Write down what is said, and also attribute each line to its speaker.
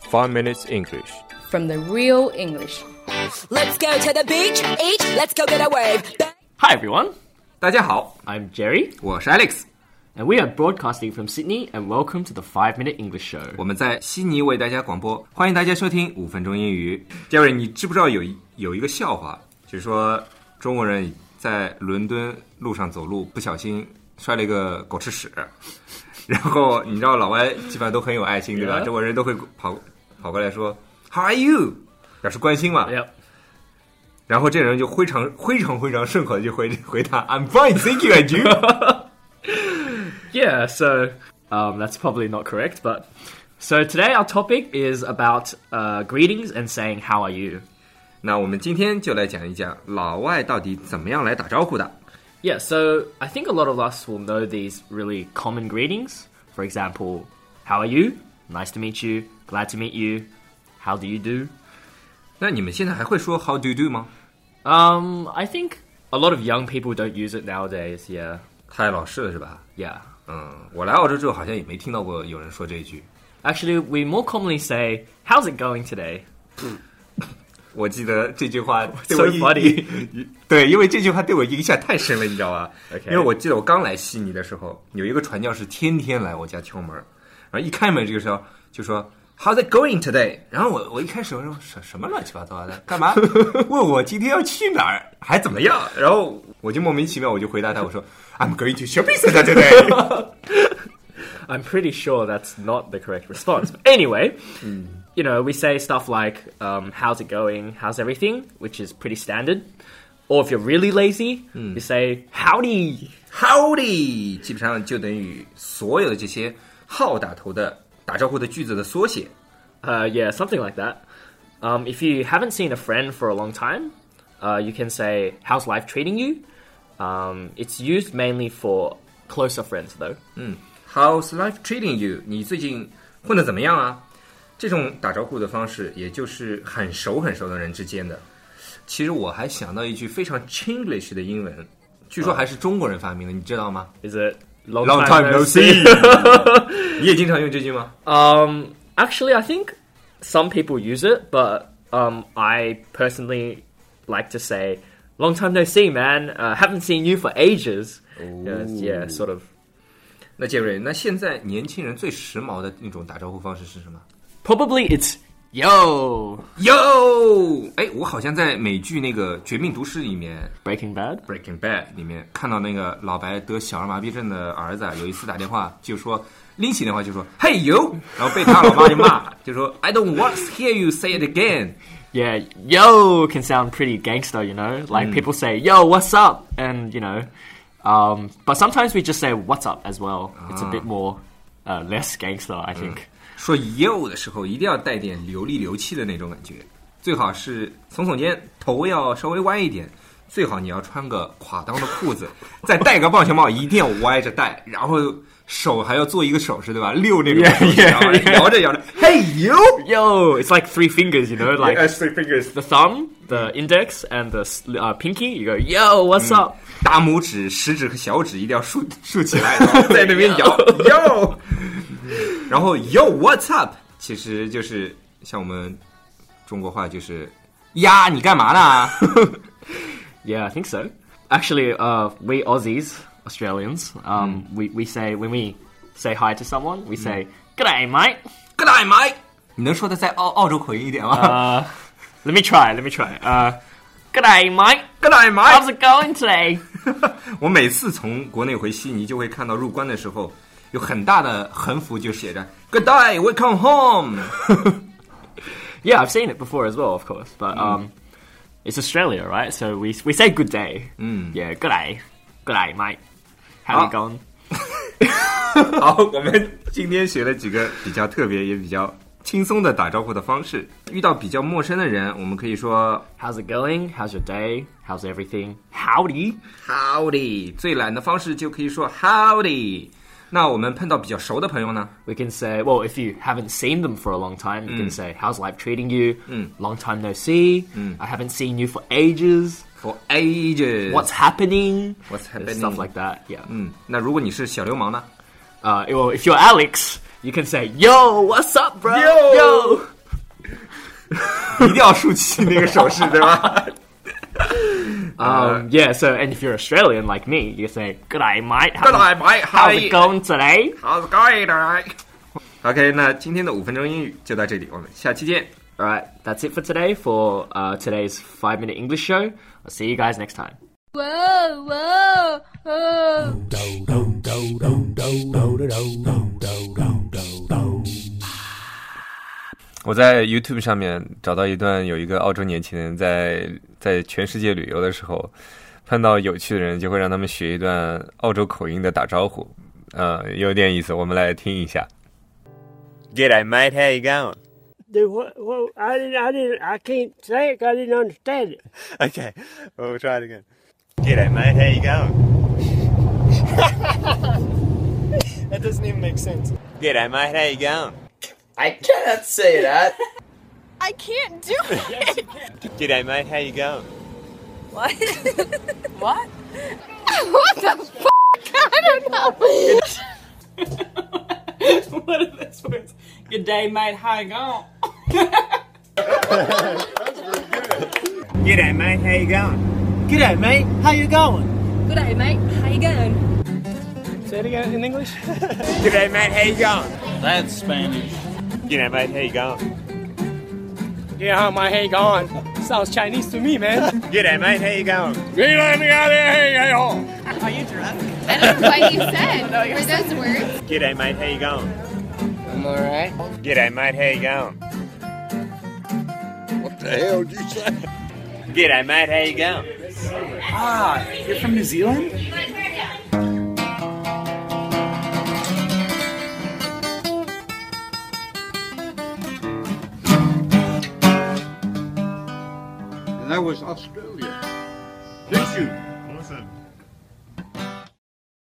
Speaker 1: Five Minutes English.
Speaker 2: from the real English.
Speaker 3: Let's go to the beach, eat, let's go get a wave.
Speaker 4: Hi everyone,
Speaker 5: 大家好，
Speaker 4: I'm Jerry,
Speaker 5: 我是 Alex，
Speaker 4: and we are broadcasting from Sydney, and welcome to the 5 Minute English Show.
Speaker 5: 我们在悉尼为大家广播，欢迎大家收听五分钟英语。杰瑞，你知不知道有一有一个笑话，就是说中国人在伦敦路上走路不小心摔了一个狗吃屎， 然后你知道老外基本上都很有爱心，对吧
Speaker 4: Yeah.
Speaker 5: 中国人都会跑跑过来说 How are you，表示关心嘛。
Speaker 4: Yep.
Speaker 5: 然后这人就非常非常非常顺口的就回回答 I'm fine, thank you, and you。
Speaker 4: Yeah, so um, that's probably not correct, but. So today our topic is about uh, greetings and saying, How are you?
Speaker 5: 那我们今天就来讲一讲老外到底怎么样来打招呼的。
Speaker 4: Yeah, so I think a lot of us will know these really common greetings. For example, How are you? Nice to meet you. Glad to meet you. How do you do?
Speaker 5: 那你们现在还会说 How do you do 吗？
Speaker 4: Um, I think a lot of young people don't use it nowadays, yeah.
Speaker 5: 太老式了是吧？
Speaker 4: Yeah.
Speaker 5: 嗯，我来澳洲之后好像也没听到过有人说这一句。
Speaker 4: Actually, we more commonly say, How's it going today?
Speaker 5: 我记得这句话对
Speaker 4: So
Speaker 5: 我影
Speaker 4: funny.
Speaker 5: 对，因为这句话对我影响太深了，你知道吧
Speaker 4: OK
Speaker 5: 因为我记得我刚来悉尼的时候，有一个传教士天天来我家敲门，然后一开门这个时候就说 How's it going today？然后我我一开始我说什什么乱七八糟的，干嘛问我今天要去哪儿，还怎么样？然后我就莫名其妙我就回答他，我说 I'm going to shopping center today 。
Speaker 4: I'm pretty sure that's not the correct response. But anyway,
Speaker 5: Hmm.
Speaker 4: you know, we say stuff like, um, how's it going? How's everything? Which is pretty standard. Or if you're really lazy,
Speaker 5: Hmm.
Speaker 4: you say, howdy.
Speaker 5: Howdy，基本上就等于所有的这些好打头的打招呼的句子的缩写。
Speaker 4: Uh, yeah, something like that. Um, if you haven't seen a friend for a long time, uh, you can say, how's life treating you? Um, it's used mainly for closer friends, though.
Speaker 5: How's life treating you？你最近混得怎么样啊？这种打招呼的方式，也就是很熟很熟的人之间的。其实我还想到一句非常 Chinglish 的英文，据说还是中国人发明的，你知道吗
Speaker 4: Is it long,
Speaker 5: 啊？Long time no see。你 也经常用这句吗？
Speaker 4: Um, actually, I think some people use it, but um, I personally like to say, "Long time no see, man. Uh, haven't seen you for ages." Yeah, yeah, sort of.
Speaker 5: 那杰瑞，那现在年轻人最时髦的那种打招呼方式是什么
Speaker 4: Probably it's yo
Speaker 5: ？Yo，哎，我好像在美剧那个《绝命毒师》里面
Speaker 4: Breaking Bad.
Speaker 5: Breaking Bad 里面看到那个老白得小儿麻痹症的儿子啊，有一次打电话就说拎起电话就说 Hey you，然后被他老妈就骂， 就说 I don't want to hear you say it again。
Speaker 4: Yeah, yo can sound pretty gangster, you know. Like people say, "Yo, what's up?" and you know. Um, but sometimes we just say "What's up" as well. It's a bit more uh, less gangster, I think.
Speaker 5: 说 you 的时候一定要带点流里流气的那种感觉，最好是耸耸肩，头要稍微歪一点。最好你要穿个垮裆的裤子，再戴个棒球帽，一定要歪着戴，然后手还要做一个手势，对吧？六那种
Speaker 4: Yeah,
Speaker 5: 手势，
Speaker 4: yeah,
Speaker 5: 然后摇
Speaker 4: yeah.
Speaker 5: 着摇着，Hey you，
Speaker 4: Yo, it's like three fingers, you know, like
Speaker 5: Yes, three fingers.
Speaker 4: the thumb, the index, and the s- uh, pinky. You go, yo, what's up?
Speaker 5: 大拇指、食指和小指一定要竖竖起来，然后在那边摇哟，然后 Yo What's up？其实就是像我们中国话就是呀，你干嘛呢？
Speaker 4: Yeah, I think so. Actually, uh, we Aussies, Australians, um, we, we say when we say hi to someone, we say "g'day, mate."
Speaker 5: Good night, mate。你能说的再澳澳洲口音一点吗、
Speaker 4: Uh, let me try. Let me try. Uh, g'day, mate.
Speaker 5: g o o d night, mate。
Speaker 4: How's it going today?
Speaker 5: 我每次从国内回悉尼，就会看到入关的时候有很大的横幅，就写着 Good night, welcome home。
Speaker 4: Yeah, I've seen it before as well, of course, but um, it's Australia, right? So we we say "good day." Yeah, "g'day, g'day, mate." How
Speaker 5: Ah.
Speaker 4: you going?
Speaker 5: 好，我们今天学了几个比较特别也比较轻松的打招呼的方式。遇到比较陌生的人，我们可以说
Speaker 4: How's it going? How's your day? How's everything? Howdy.
Speaker 5: Howdy，最懒的方式就可以说 Howdy。那我们碰到比较熟的朋友呢？
Speaker 4: We can say, well, if you haven't seen them for a long time, you can
Speaker 5: Mm.
Speaker 4: say, how's life treating you? Long time no see. I haven't seen you for ages.
Speaker 5: For ages，
Speaker 4: What's happening?
Speaker 5: What's
Speaker 4: Stuff
Speaker 5: happening? Mm.
Speaker 4: like that. Yeah.
Speaker 5: 嗯，那如果你是小流氓 呢
Speaker 4: Uh, well, if you're Alex, you can say, yo, Um, what's up, bro?
Speaker 5: Yo! 一定要竖起那个手势，对 吧？
Speaker 4: Um, yeah, so, and if you're Australian like me, you say, G'day, mate. How-
Speaker 5: G'day, mate. How
Speaker 4: How's
Speaker 5: are
Speaker 4: it
Speaker 5: you?"
Speaker 4: going today?
Speaker 5: 好，going OK，那今天的五分钟英语就到这里，我们下期见，
Speaker 4: Alright, that's it for today for uh, today's 5 Minute English Show. I'll see you guys next time.
Speaker 1: Whoa, whoa, oh.
Speaker 6: Down.
Speaker 7: 我在 YouTube 上面找到一段有一个澳洲年轻人在在全世界旅游的时候，碰到有趣的人就会让他们学一段澳洲口音的打招呼，呃，有点意思，我们来听一下。
Speaker 8: G'day, mate. How you going?
Speaker 9: The what? Well, I didn't. I didn't. I can't say it. 'cause I didn't understand it.
Speaker 8: Okay, well, we'll try it again. G'day, mate. How you going? that doesn't even make sense. G'day, mate. How you going? I cannot say that.
Speaker 1: I can't do it.
Speaker 8: G'day, mate. How you going?
Speaker 3: What? what?
Speaker 1: what the f? I don't know.
Speaker 10: what are those words? Good day, mate. How you going?
Speaker 8: G'day, mate. How you going?
Speaker 10: G'day, mate. How you going?
Speaker 3: Good day, mate. How you going?
Speaker 10: Say it again in English.
Speaker 8: G'day, mate. How you going?
Speaker 10: That's Spanish.
Speaker 8: G'day, mate. How you going?
Speaker 10: Yeah, how my hey going? Sounds Chinese to me, man.
Speaker 8: G'day, mate. How you going?
Speaker 1: I don't know what you said. Were those words?
Speaker 8: G'day, mate. How you going?
Speaker 10: I'm alright.
Speaker 8: G'day, mate. How you going? What the hell did you say? G'day, mate. How you going?
Speaker 10: You're from New Zealand?
Speaker 11: and that was Australia. Thank you. Awesome.